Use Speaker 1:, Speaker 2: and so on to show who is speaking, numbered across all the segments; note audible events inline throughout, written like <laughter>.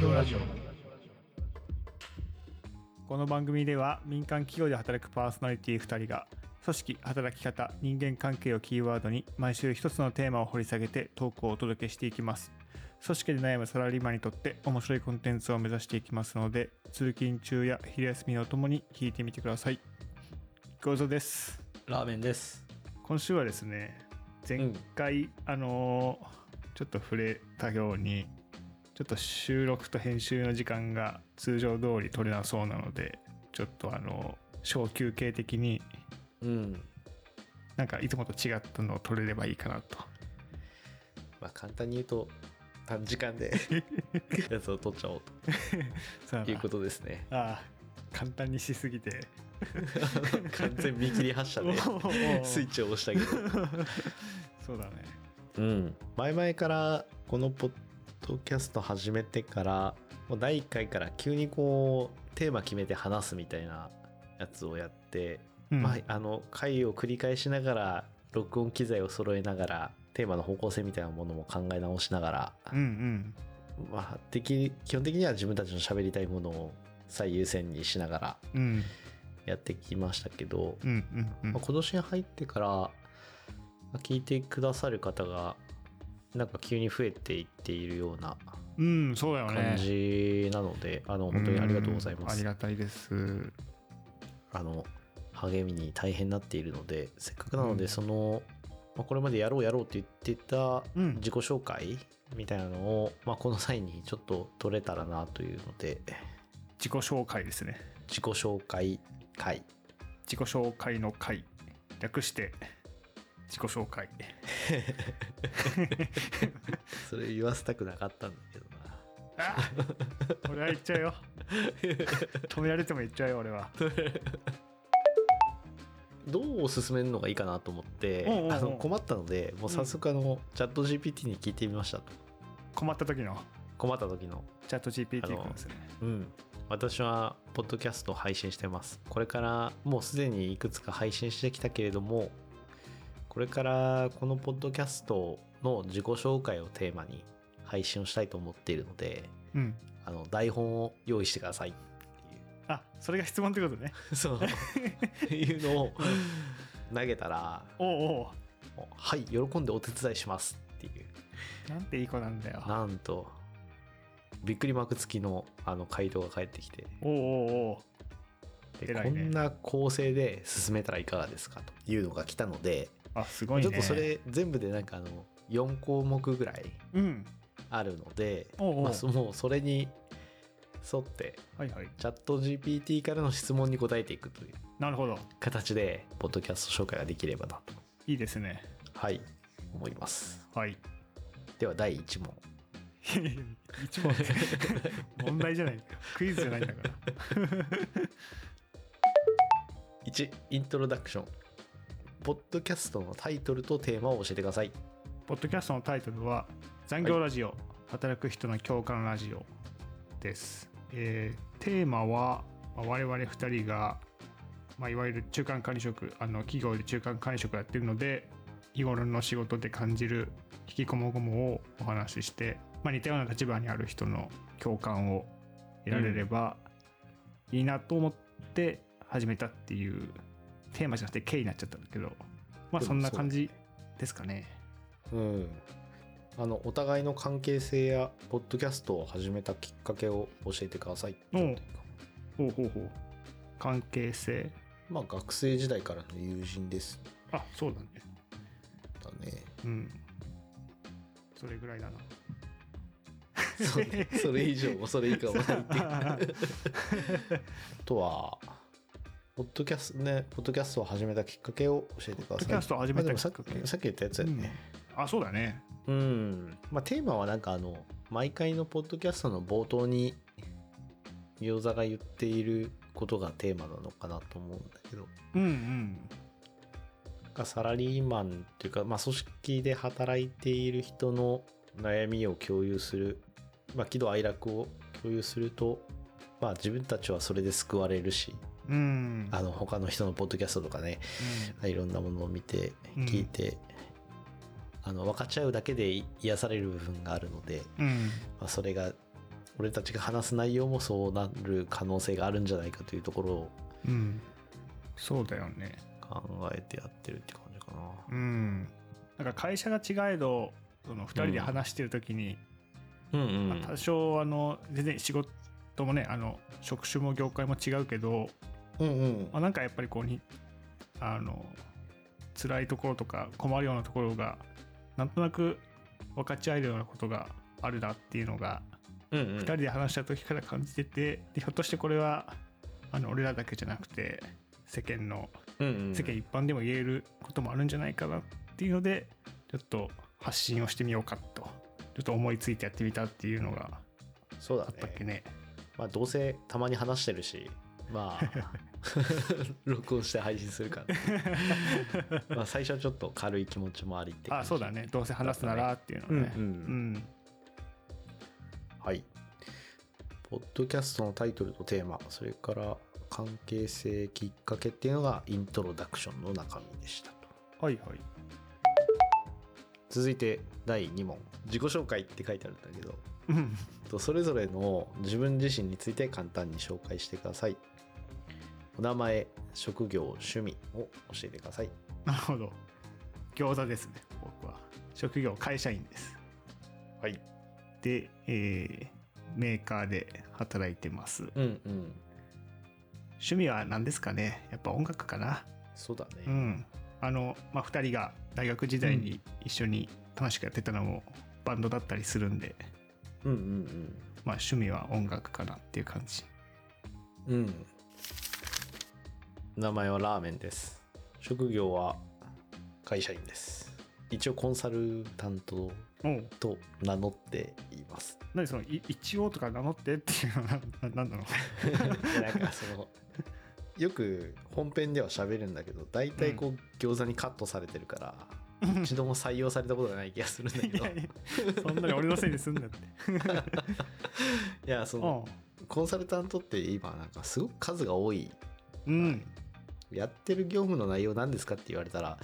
Speaker 1: ドラジオ
Speaker 2: この番組では民間企業で働くパーソナリティ2人が組織働き方人間関係をキーワードに毎週一つのテーマを掘り下げてトークをお届けしていきます組織で悩むサラリーマンにとって面白いコンテンツを目指していきますので通勤中や昼休みのともに聞いてみてくださいごちそうです
Speaker 1: ラーメンです
Speaker 2: 今週はですね前回、あのーちょっと触れたようにちょっと収録と編集の時間が通常通り取れなそうなのでちょっとあの小休憩的に
Speaker 1: うん
Speaker 2: なんかいつもと違ったのを取れればいいかなと
Speaker 1: まあ簡単に言うと短時間で <laughs> やつを取っちゃおう
Speaker 2: さ
Speaker 1: ということですね
Speaker 2: ああ簡単にしすぎて
Speaker 1: <laughs> 完全見切り発車 <laughs> で
Speaker 2: おー
Speaker 1: スイッチを押したけど
Speaker 2: <laughs> そうだね
Speaker 1: うん前々からこのポッドキャスト始めてからもう第1回から急にこうテーマ決めて話すみたいなやつをやって
Speaker 2: うん
Speaker 1: まあ、あの回を繰り返しながら録音機材を揃えながらテーマの方向性みたいなものも考え直しながら、
Speaker 2: うん
Speaker 1: まあ、でき基本的には自分たちの喋りたいものを最優先にしながら
Speaker 2: うんうん
Speaker 1: やってきましたけど、
Speaker 2: うんうんう
Speaker 1: まあ、
Speaker 2: ん
Speaker 1: 今年に入ってからまあ聞いてくださる方がなんか急に増えていっているような
Speaker 2: うんそうだよね
Speaker 1: 感じなので、あの本当にありがとうござい
Speaker 2: ん
Speaker 1: ま
Speaker 2: あ
Speaker 1: す
Speaker 2: り。がたいです
Speaker 1: あの励みに大変になっているのでせっかくなの
Speaker 2: う
Speaker 1: で
Speaker 2: ん
Speaker 1: その、まあ、これまでやろうやろうって言ってた
Speaker 2: うん
Speaker 1: 自己紹介みたいなのを、まあ、この際にちょっと取れたらなというので
Speaker 2: 自己紹介ですね
Speaker 1: 自己紹介会
Speaker 2: 自己紹介の会略して自己紹介
Speaker 1: それ言わせたくなかったんだけどな
Speaker 2: あ俺は言っちゃうよ止められても言っちゃうよ俺は
Speaker 1: どう進めるのがいいかなと思って
Speaker 2: おうおうおう
Speaker 1: あの困ったのでもう早速あの、チャット GPT に聞いてみましたと
Speaker 2: 困った時の
Speaker 1: 困った時の
Speaker 2: チャット GPT 君ですね
Speaker 1: うん、私はポッドキャストを配信してますこれからもうすでにいくつか配信してきたけれどもこれからこのポッドキャストの自己紹介をテーマに配信をしたいと思っているので
Speaker 2: うん
Speaker 1: あの台本を用意してくださいってい
Speaker 2: あそれが質問ってことね
Speaker 1: うそうい
Speaker 2: <laughs>
Speaker 1: うのを投げたら
Speaker 2: おうお
Speaker 1: 「もうはい喜んでお手伝いします」っていう
Speaker 2: うなんていい子なんだよ
Speaker 1: なんとびっくりマーク付きのあの回答が返ってきて
Speaker 2: おうおうおう
Speaker 1: で
Speaker 2: 偉
Speaker 1: こ
Speaker 2: いね
Speaker 1: んな構成で進めたらいかがですかというのが来たので、
Speaker 2: あすごい
Speaker 1: ち
Speaker 2: ね
Speaker 1: ょっとそれ全部でなんかあの4項目ぐらい
Speaker 2: うん
Speaker 1: あるので
Speaker 2: おうおう
Speaker 1: まあそ <laughs> もうそれに沿って
Speaker 2: はいはい
Speaker 1: チャット GPT からの質問に答えていくという
Speaker 2: なるほど
Speaker 1: 形でポッドキャスト紹介ができればなと
Speaker 2: いいですね
Speaker 1: はい思います
Speaker 2: はい <laughs>
Speaker 1: では第1問
Speaker 2: 一問問題じゃないクイズじゃないんだから
Speaker 1: 1イントロダクションポッドキャストのタイトルとテーマを教えてください
Speaker 2: ポッドキャストのタイトルは「残業ラジオ、働く人の共感ラジオ」です、えーテーマはまあ我々2人が、まあ、いわゆる中間管理職あの企業で中間管理職やってるので日頃の仕事で感じる引きこもごもをお話しして、まあ、似たような立場にある人の共感を得られればいいなと思って始めたっていうテーマじゃなくて経緯になっちゃったんだけどまあそんな感じですかね。
Speaker 1: うん、あのお互いの関係性やポッドキャストを始めたきっかけを教えてください
Speaker 2: うんほうほうほう関係性
Speaker 1: まあ学生時代からの友人です
Speaker 2: あそうだね
Speaker 1: だね
Speaker 2: うんそれぐらいだな
Speaker 1: それ <laughs> それ以上もそれ以下もない
Speaker 2: <laughs>
Speaker 1: っていうあとはポッドキャストねポッドキャストを始めたきっかけを教えてください
Speaker 2: ポッドキャストを始めた
Speaker 1: あでも
Speaker 2: きっかけ
Speaker 1: さっきさっき言ったやつだよね
Speaker 2: あそうだね
Speaker 1: うん、まあテーマはなんかあの毎回のポッドキャストの冒頭に餃子が言っていることがテーマなのかなと思うんだけど
Speaker 2: うんうん
Speaker 1: がサラリーマンというか、まあ、組織で働いている人の悩みを共有する、まあ、喜怒哀楽を共有すると、まあ、自分たちはそれで救われるし
Speaker 2: うん
Speaker 1: あの他の人のポッドキャストとかねいろんなものを見て
Speaker 2: うん
Speaker 1: 聞いて、あの分かち合うだけで癒される部分があるので、
Speaker 2: うん、うん
Speaker 1: まあ、それが俺たちが話す内容もそうなる可能性があるんじゃないかというところを
Speaker 2: うん。そうだよね。
Speaker 1: 考えてやってるって感じかな。
Speaker 2: うん。なんか会社が違えど、その2人で話してる時に、
Speaker 1: うん
Speaker 2: まあ多少あの全然仕事もねあの職種も業界も違うけど、
Speaker 1: うんうん
Speaker 2: まあ、なんかやっぱりこうにあの辛いところとか困るようなところがなんとなく分かち合えるようなことがあるなっていうのが
Speaker 1: うんうん
Speaker 2: 2人で話した時から感じててでひょっとしてこれはあの俺らだけじゃなくて世間の
Speaker 1: うんうん
Speaker 2: 世間一般でも言えることもあるんじゃないかなっていうのでちょっと発信をしてみようかとちょっと思いついてやってみたっていうのが
Speaker 1: そうだ
Speaker 2: あったっけ
Speaker 1: ね。
Speaker 2: ね。
Speaker 1: まあどうせたまに話してるし、まあ録音して配信す
Speaker 2: <laughs>
Speaker 1: るから。まあ最初はちょっと軽い気持ちもありって感じ。
Speaker 2: あそうだねどうせ話すならっていうのね。
Speaker 1: うんうんはい。ポッドキャストのタイトルとテーマ、それから関係性きっかけっていうのがイントロダクションの中身でしたと。
Speaker 2: はいはい。
Speaker 1: 続いて第2問。自己紹介って書いてあるんだけど、
Speaker 2: うん
Speaker 1: とそれぞれの自分自身について簡単に紹介してください。お名前、職業、趣味を教えてください。
Speaker 2: なるほど。餃子ですね、僕は。職業、会社員です。
Speaker 1: はい。
Speaker 2: で、えーメーカーで働いてます。
Speaker 1: うんうん。
Speaker 2: 趣味は何ですかねやっぱ音楽かな。
Speaker 1: そうだね。
Speaker 2: うん。あの、まあ、2人が大学時代に一緒に楽しくやってたのもバンドだったりするんで、
Speaker 1: うんうん
Speaker 2: まあ、趣味は音楽かなっていう感じ。
Speaker 1: うん。うん。名前はラーメンです。職業は会社員です。一応コンサルタント
Speaker 2: おう
Speaker 1: と名乗っています。
Speaker 2: 何その、い一応とか名乗ってっていうのはなななんだろう。
Speaker 1: なんかその、 <laughs> よく本編では喋るんだけど、大体こう餃子にカットされてるから、
Speaker 2: <laughs>
Speaker 1: 一度も採用されたことがない気がするんだけ
Speaker 2: い
Speaker 1: ど <laughs>
Speaker 2: やいやそんなに俺のせいにすんだ <laughs> って。
Speaker 1: いやその
Speaker 2: おう
Speaker 1: コンサルタントって今なんかすごく数が多い
Speaker 2: うん。
Speaker 1: やってる業務の内容なんですかって言われたら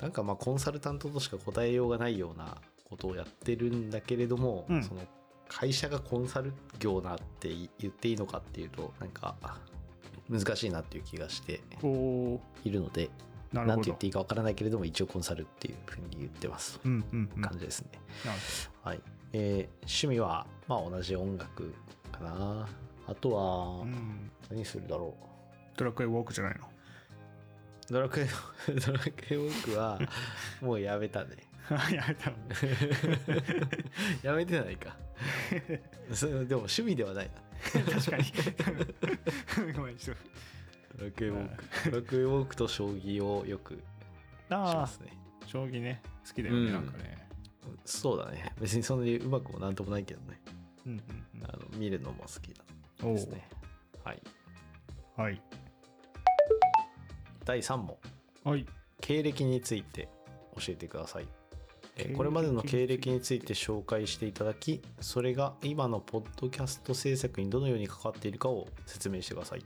Speaker 1: なんかまあコンサルタントとしか答えようがないようなことをやってるんだけれども、
Speaker 2: うん
Speaker 1: その会社がコンサル業なって言っていいのかっていうとなんか難しいなっていう気がして
Speaker 2: うん、おお
Speaker 1: いるので
Speaker 2: なる
Speaker 1: 何
Speaker 2: ほ
Speaker 1: て
Speaker 2: ど
Speaker 1: 言っていいかわからないけれども一応コンサルっていうふうに言ってます
Speaker 2: うんうんうんな
Speaker 1: 感
Speaker 2: る
Speaker 1: じですね、
Speaker 2: ほ
Speaker 1: はい、えー趣味はまあ同じ音楽かなあと
Speaker 2: ど
Speaker 1: は
Speaker 2: うん
Speaker 1: 何するだろう、
Speaker 2: ドラクエウォークじゃないの
Speaker 1: ドラクエドラクエウォー
Speaker 2: <laughs>
Speaker 1: クはもうやめたね <laughs>
Speaker 2: やめたの
Speaker 1: やめてないかそれでも趣味ではないな
Speaker 2: 確かに <laughs> ごめんちょっ
Speaker 1: ドラクエウォークドラクエウォークと将棋をよくし
Speaker 2: と
Speaker 1: ま
Speaker 2: あ
Speaker 1: すね
Speaker 2: あ将棋ね好きだよね、
Speaker 1: うん
Speaker 2: なんかね
Speaker 1: そうだね別にそんなにうまくもなんともないけどね
Speaker 2: うんうん
Speaker 1: あの見るのも好き
Speaker 2: うん
Speaker 1: な
Speaker 2: お
Speaker 1: ん
Speaker 2: う
Speaker 1: ですねはい
Speaker 2: はい
Speaker 1: 第3問
Speaker 2: はい
Speaker 1: 経歴について教えてくださいえ
Speaker 2: 経歴
Speaker 1: ーこれまでの経歴
Speaker 2: に
Speaker 1: に
Speaker 2: つ
Speaker 1: つ
Speaker 2: い
Speaker 1: い
Speaker 2: て
Speaker 1: て紹介していただきそれが今のポッドキャスト制作にどのように関わっているかを説明してくだ <laughs> さい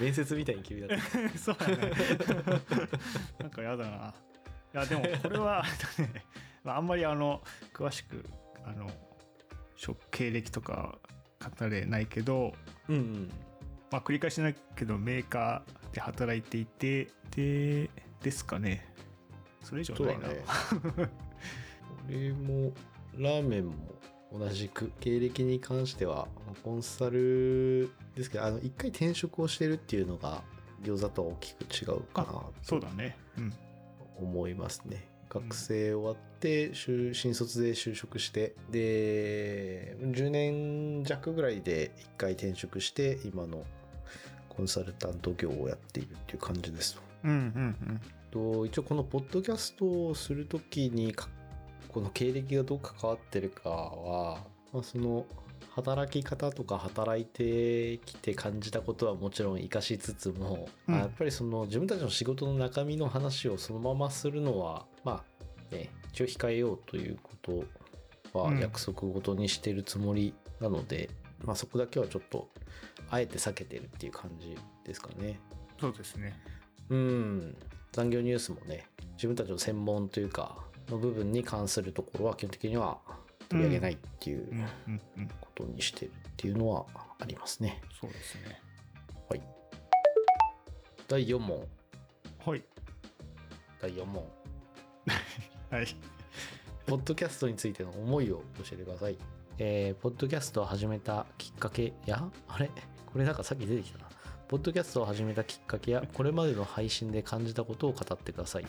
Speaker 1: 面接みたいに君だっ
Speaker 2: <laughs>
Speaker 1: て
Speaker 2: そうやね <laughs> なんかやだないやでもこれはえっとねまああんまりあの詳しくあの職経歴とか語れないけど
Speaker 1: うんうん
Speaker 2: まあ、繰り返しになるけどメーカーで働いていてでですかねそれ以上
Speaker 1: そう
Speaker 2: な
Speaker 1: だ
Speaker 2: いな、
Speaker 1: ね俺もラーメンも同じく経歴に関してはコンサルですけどあの一回転職をしてるっていうのが餃子とは大きく違うかなと
Speaker 2: そうだねうん
Speaker 1: 思いますね学生終わって就新卒で就職してで10年弱ぐらいで1回転職して今のコンサルタント業をやっているっていう感じです
Speaker 2: うんうん
Speaker 1: と一応このポッドキャストをするときにかこの経歴がどう関わってるかは、まあ、その働き方とか働いてきて感じたことはもちろん活かしつつも、
Speaker 2: うん
Speaker 1: あやっぱりその自分たちの仕事の中身の話をそのままするのはまあね一応控えようということは
Speaker 2: うん
Speaker 1: 約束事にしてるつもりなので、まあ、そこだけはちょっとあえて避けてるっていう感じですかね。
Speaker 2: そうですね
Speaker 1: うん残業ニュースもね自分たちの専門というかの部分に関するところは基本的には取り上げないっていう
Speaker 2: うんうんうん
Speaker 1: ことにしてるっていうのはありますね。
Speaker 2: そうですね
Speaker 1: はい。第4問。
Speaker 2: はい
Speaker 1: 第4問。
Speaker 2: はい
Speaker 1: ポッドキャストについての思いを教えてください。えーポッドキャストを始めたきっかけや、あれこれなんかさっき出てきたな。ポッドキャストを始めたきっかけや、これまでの配信で感じたことを語ってください。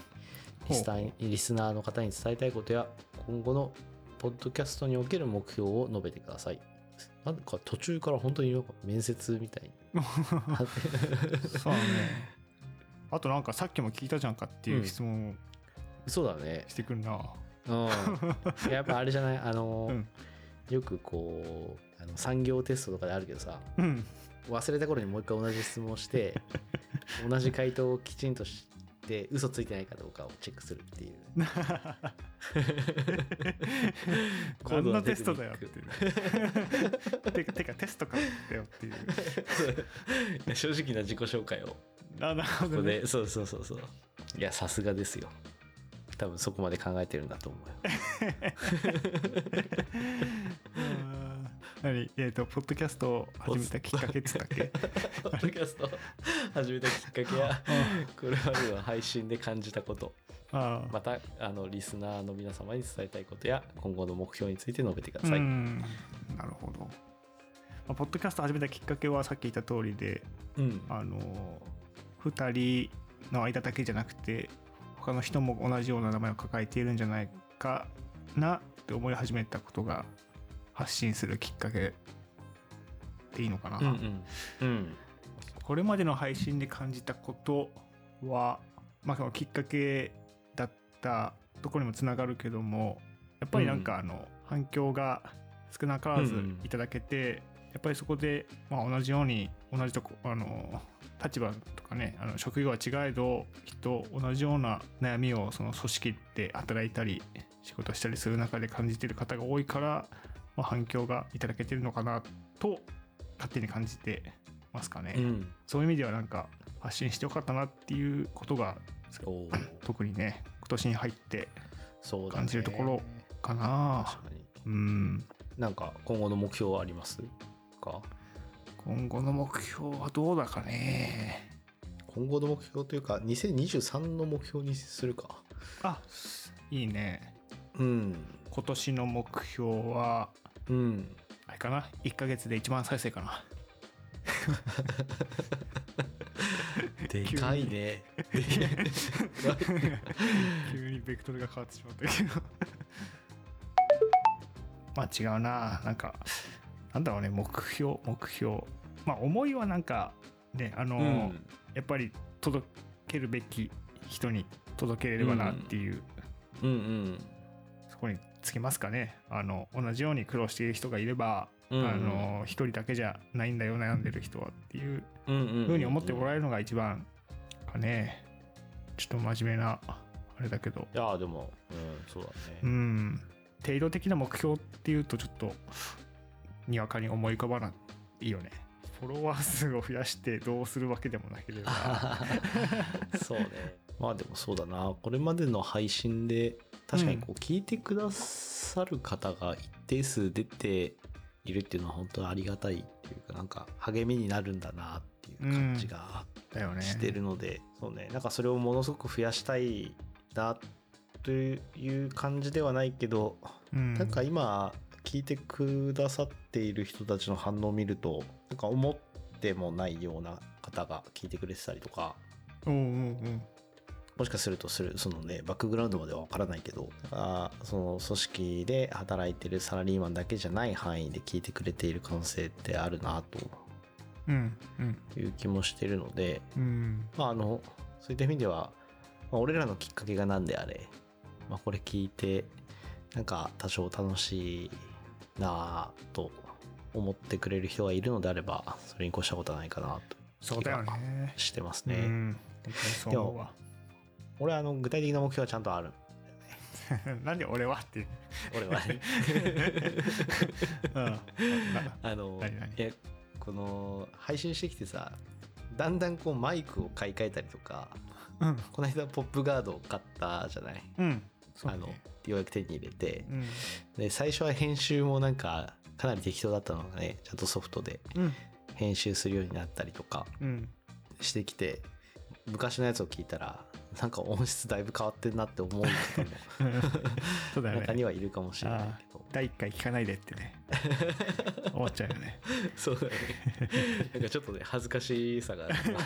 Speaker 1: リスターリスナーの方に伝えたいことや、今後のポッドキャストにおける目標を述べてください。なんか途中から本当になんか面接みたいに。
Speaker 2: そうねあとなんかさっきも聞いたじゃんかっていう質問を
Speaker 1: そうだね。
Speaker 2: してくるな、
Speaker 1: うん、やっぱあれじゃないあの、
Speaker 2: うん
Speaker 1: よくこうあの産業テストとかであるけどさ
Speaker 2: うん
Speaker 1: 忘れた頃にもう一回同じ質問をして
Speaker 2: <laughs>
Speaker 1: 同じ回答をきちんとして嘘ついてないかどうかをチェックするっていう
Speaker 2: こんなテストだよっ
Speaker 1: 高
Speaker 2: て
Speaker 1: 度なテクニック
Speaker 2: いう。 <laughs> てか、てかテストかだよっていう。
Speaker 1: いや正直な自己紹介をこ
Speaker 2: <laughs> あ、なるほ
Speaker 1: こ
Speaker 2: ど、ね。
Speaker 1: でそうそうそうそういやさすがですよ多分そこまで考えてるんだと思うよ
Speaker 2: <laughs> うん何えっ、と、ポッドキャストを始めたきっかけっつったっ <laughs> け
Speaker 1: ポッドキャストを始めたきっかけやこれまでの配信で感じたこと
Speaker 2: ああ、
Speaker 1: またあのリスナーの皆様に伝えたいことや今後の目標について述べてくだ
Speaker 2: う
Speaker 1: さい。
Speaker 2: ん。なるほど。まあ、ポッドキャスト始めたきっかけはさっき言った通りで、
Speaker 1: うん
Speaker 2: あの、2人の間だけじゃなくて、他の人も同じような名前を抱えているんじゃないかなって思い始めたことが発信するきっかけでいいのかな。
Speaker 1: うんうん
Speaker 2: これまでの配信で感じたことは、まあ、そのきっかけだったところにもつながるけどもやっぱりなんかあの、反響が少なからずいただけて、やっぱりそこで、まあ、同じように同じとこあの立場とかねあの職業は違えどきっと同じような悩みをその組織で働いたり仕事したりする中で感じている方が多いから、まあ、反響がいただけてるのかなと勝手に感じてますかね。
Speaker 1: うん
Speaker 2: そういう意味ではなんか発信してよかったなっていうことが
Speaker 1: おー
Speaker 2: 特にね今年に入って
Speaker 1: そうだね
Speaker 2: 感じるところかな
Speaker 1: 確かに
Speaker 2: うん
Speaker 1: なんか今後の目標はありますか
Speaker 2: 今後の目標はどうだかね
Speaker 1: 今後の目標というか2023の目標にするか
Speaker 2: あいいね
Speaker 1: うん
Speaker 2: 今年の目標は
Speaker 1: うん
Speaker 2: あれかな1ヶ月で1万再生か
Speaker 1: <laughs>
Speaker 2: な
Speaker 1: で
Speaker 2: <laughs>
Speaker 1: かいねでかい
Speaker 2: 急にベクトルが変わってしまったけどまあ違うななんかなんだろうね目標目標まあ思いはなんかねあの、
Speaker 1: うん
Speaker 2: やっぱり届けるべき人に届けれればなっていう、
Speaker 1: うんうん
Speaker 2: そこにつけますかねあの同じように苦労している人がいれば、
Speaker 1: うん
Speaker 2: あの一人だけじゃないんだよ悩んでる人はっていう
Speaker 1: うんうん
Speaker 2: ふうに思ってもらえ
Speaker 1: え
Speaker 2: るのが一番かねちょっと真面目なあれだけど
Speaker 1: いやーでもうんそうだ
Speaker 2: う
Speaker 1: ね
Speaker 2: ん程度的な目標っていうとちょっとにわかに思い浮かばないよねフォロワー数を増やしてどうするわけでもなければ
Speaker 1: そうね。まあでもそうだな。これまでの配信で、確かにこう聞いてくださる方が一定数出ているっていうのは本当にありがたいっていうか、なんか励みになるんだなっていう感じが
Speaker 2: だよね
Speaker 1: してるので、そうね。なんかそれをものすごく増やしたいなという感じではないけど、
Speaker 2: うん
Speaker 1: なんか今聞いてくださっている人たちの反応を見ると、なんか思ってもないような方が聞いてくれてたりとか、
Speaker 2: うんうんうん
Speaker 1: もしかするとする、そのね、バックグラウンドまではわからないけど、あーその組織で働いてるサラリーマンだけじゃない範囲で聞いてくれている可能性ってあるなと
Speaker 2: うんうん
Speaker 1: いう気もしてるので、
Speaker 2: うん
Speaker 1: まああの、そういった意味では、まあ、俺らのきっかけが何であれ、まあこれ聞いて、なんか多少楽しいなぁと思ってくれる人がいるのであれば、それに越したことはないかなと
Speaker 2: そうだよね。
Speaker 1: してます
Speaker 2: う
Speaker 1: ね。
Speaker 2: ん、本当にそう思うわ。
Speaker 1: 俺あの、具体的な目標はちゃんとある。
Speaker 2: なんで俺はっていう。
Speaker 1: 俺は
Speaker 2: <laughs>
Speaker 1: ね。
Speaker 2: うん。な
Speaker 1: あの
Speaker 2: 何々
Speaker 1: いやこの配信してきてさだんだんこうマイクを買い替えたりとか
Speaker 2: うん。
Speaker 1: この間ポップガードを買ったじゃない
Speaker 2: うん。そう
Speaker 1: あ
Speaker 2: だ
Speaker 1: の
Speaker 2: ね
Speaker 1: ようやく手に入れて
Speaker 2: うん
Speaker 1: で最初は編集もなんかかなり適当だったのがねちゃんとソフトで
Speaker 2: うん
Speaker 1: 編集するようになったりとか
Speaker 2: うん
Speaker 1: してきて昔のやつを聞いたらなんか音質だいぶ変わってんなって思う人も
Speaker 2: そうだよ
Speaker 1: 中
Speaker 2: ね
Speaker 1: にはいるかもしれないけど
Speaker 2: 第一回聞かないでってね思っちゃうよね
Speaker 1: そうだねなんかちょっとね恥ずかしさがあるな
Speaker 2: そう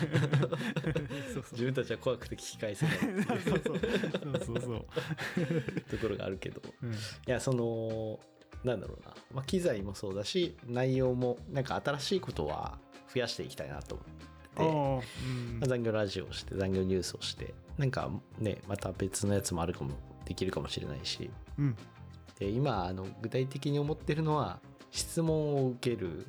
Speaker 2: そう
Speaker 1: 自分たちは怖くて聞き返せないって
Speaker 2: そう
Speaker 1: いう
Speaker 2: そうそうそうそう
Speaker 1: ところがあるけど
Speaker 2: うん
Speaker 1: いやそのなんだろうな、まあ、機材もそうだし内容もなんか新しいことは増やしていきたいなと思ってて
Speaker 2: ああうん
Speaker 1: まあ残業ラジオをして残業ニュースをしてなんかねまた別のやつもあるかもできるかもしれないし
Speaker 2: うん
Speaker 1: で今あの具体的に思ってるのは質問を受ける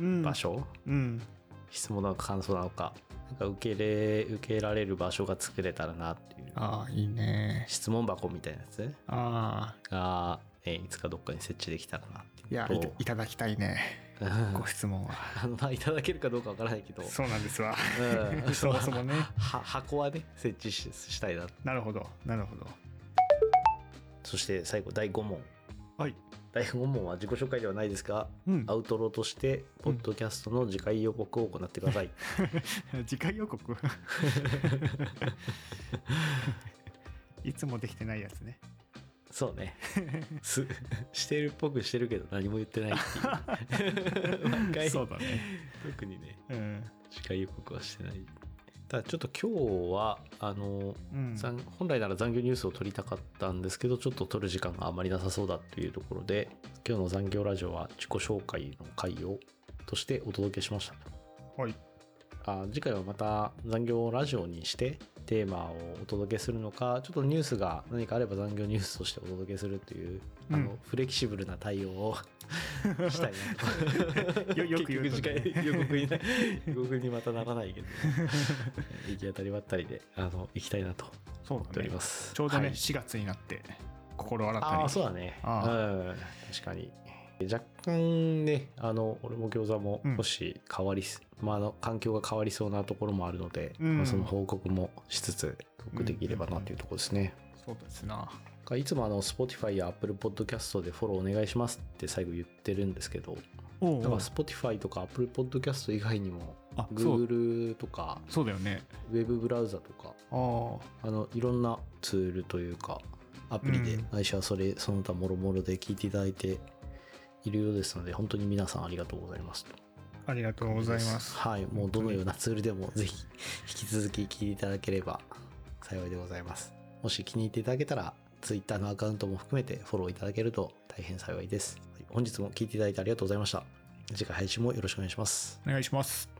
Speaker 2: うん
Speaker 1: 場所、
Speaker 2: うん
Speaker 1: 質問なのか感想なのかなんか受けれ受けられる場所が作れたらなっていう
Speaker 2: ああいいね
Speaker 1: 質問箱みたいなやつね
Speaker 2: ああ
Speaker 1: が、えいつかどっかに設置できたらなって
Speaker 2: いや
Speaker 1: う
Speaker 2: い
Speaker 1: のと
Speaker 2: たいただきたいね
Speaker 1: うん
Speaker 2: ご質問は
Speaker 1: <laughs> あのまあいただけるかどうかわからないけど、
Speaker 2: そう <laughs> なんですわ
Speaker 1: うん
Speaker 2: そもそもね
Speaker 1: は <laughs> 箱はね設置ししたいな
Speaker 2: なるほどなるほど
Speaker 1: そして最後第5問
Speaker 2: はい
Speaker 1: 第5問は自己紹介ではないですが
Speaker 2: うん
Speaker 1: アウトロとしてポッドキャストの次回予告を行ってく
Speaker 2: <laughs>
Speaker 1: ださい、
Speaker 2: 次回予
Speaker 1: <laughs>
Speaker 2: 告いつもできてないやつね
Speaker 1: そうねすしてるっぽくしてるけど何も言ってないっていう毎回
Speaker 2: そうだね
Speaker 1: 特にね
Speaker 2: うん、
Speaker 1: 次回予告はしてないただちょっと今日はあの
Speaker 2: うん、
Speaker 1: 残本来なら残業ニュースを取りたかったんですけどちょっと取る時間があまりなさそうだというところで今日の残業ラジオは自己紹介の回をとしてお届けしました
Speaker 2: はい
Speaker 1: あ次回はまた残業ラジオにしてテーマをお届けするのかちょっとニュースが何かあれば残業ニュースとしてお届けするという、あ
Speaker 2: う
Speaker 1: の
Speaker 2: ん
Speaker 1: フレキシブルな対応をしたいなと
Speaker 2: <laughs> よよく言うと
Speaker 1: 結
Speaker 2: ね
Speaker 1: 局次回予告にな予告にまたならない
Speaker 2: <laughs>
Speaker 1: けど行き当たりばったりであの行きたいなと思
Speaker 2: そう
Speaker 1: って
Speaker 2: だ
Speaker 1: おり
Speaker 2: ね
Speaker 1: ます
Speaker 2: ちょうどね、
Speaker 1: はい
Speaker 2: 4月になって心新た
Speaker 1: あ
Speaker 2: に
Speaker 1: あそうだね
Speaker 2: ああ
Speaker 1: うん確かに若干ねあの俺も餃子も
Speaker 2: うん
Speaker 1: 少し変わりす、まあ、あの環境が変わりそうなところもあるので、
Speaker 2: うん
Speaker 1: まあその報告もしつつトークできればなというところですね、
Speaker 2: そうですな
Speaker 1: がいつもあの Spotify や Apple Podcast でフォローお願いしますって最後言ってるんですけど
Speaker 2: お
Speaker 1: だから Spotify とか Apple Podcast 以外にも
Speaker 2: あそう
Speaker 1: Google とか
Speaker 2: そうだよね
Speaker 1: ウェブブラウザとか
Speaker 2: あ
Speaker 1: あのいろんなツールというかアプリで、
Speaker 2: うん
Speaker 1: ないしはそれその他もろもろで聞いていただいているようですので本当に皆さんありがとうございますと
Speaker 2: あありがとうございます
Speaker 1: はいもうどのようなツールでもぜひ引き続き聞いていただければ幸いでございますもし気に入っていただけたら Twitter のアカウントも含めてフォローいただけると大変幸いですはい本日も聞いていただいてありがとうございました次回配信もよろしくお願いします
Speaker 2: お願いします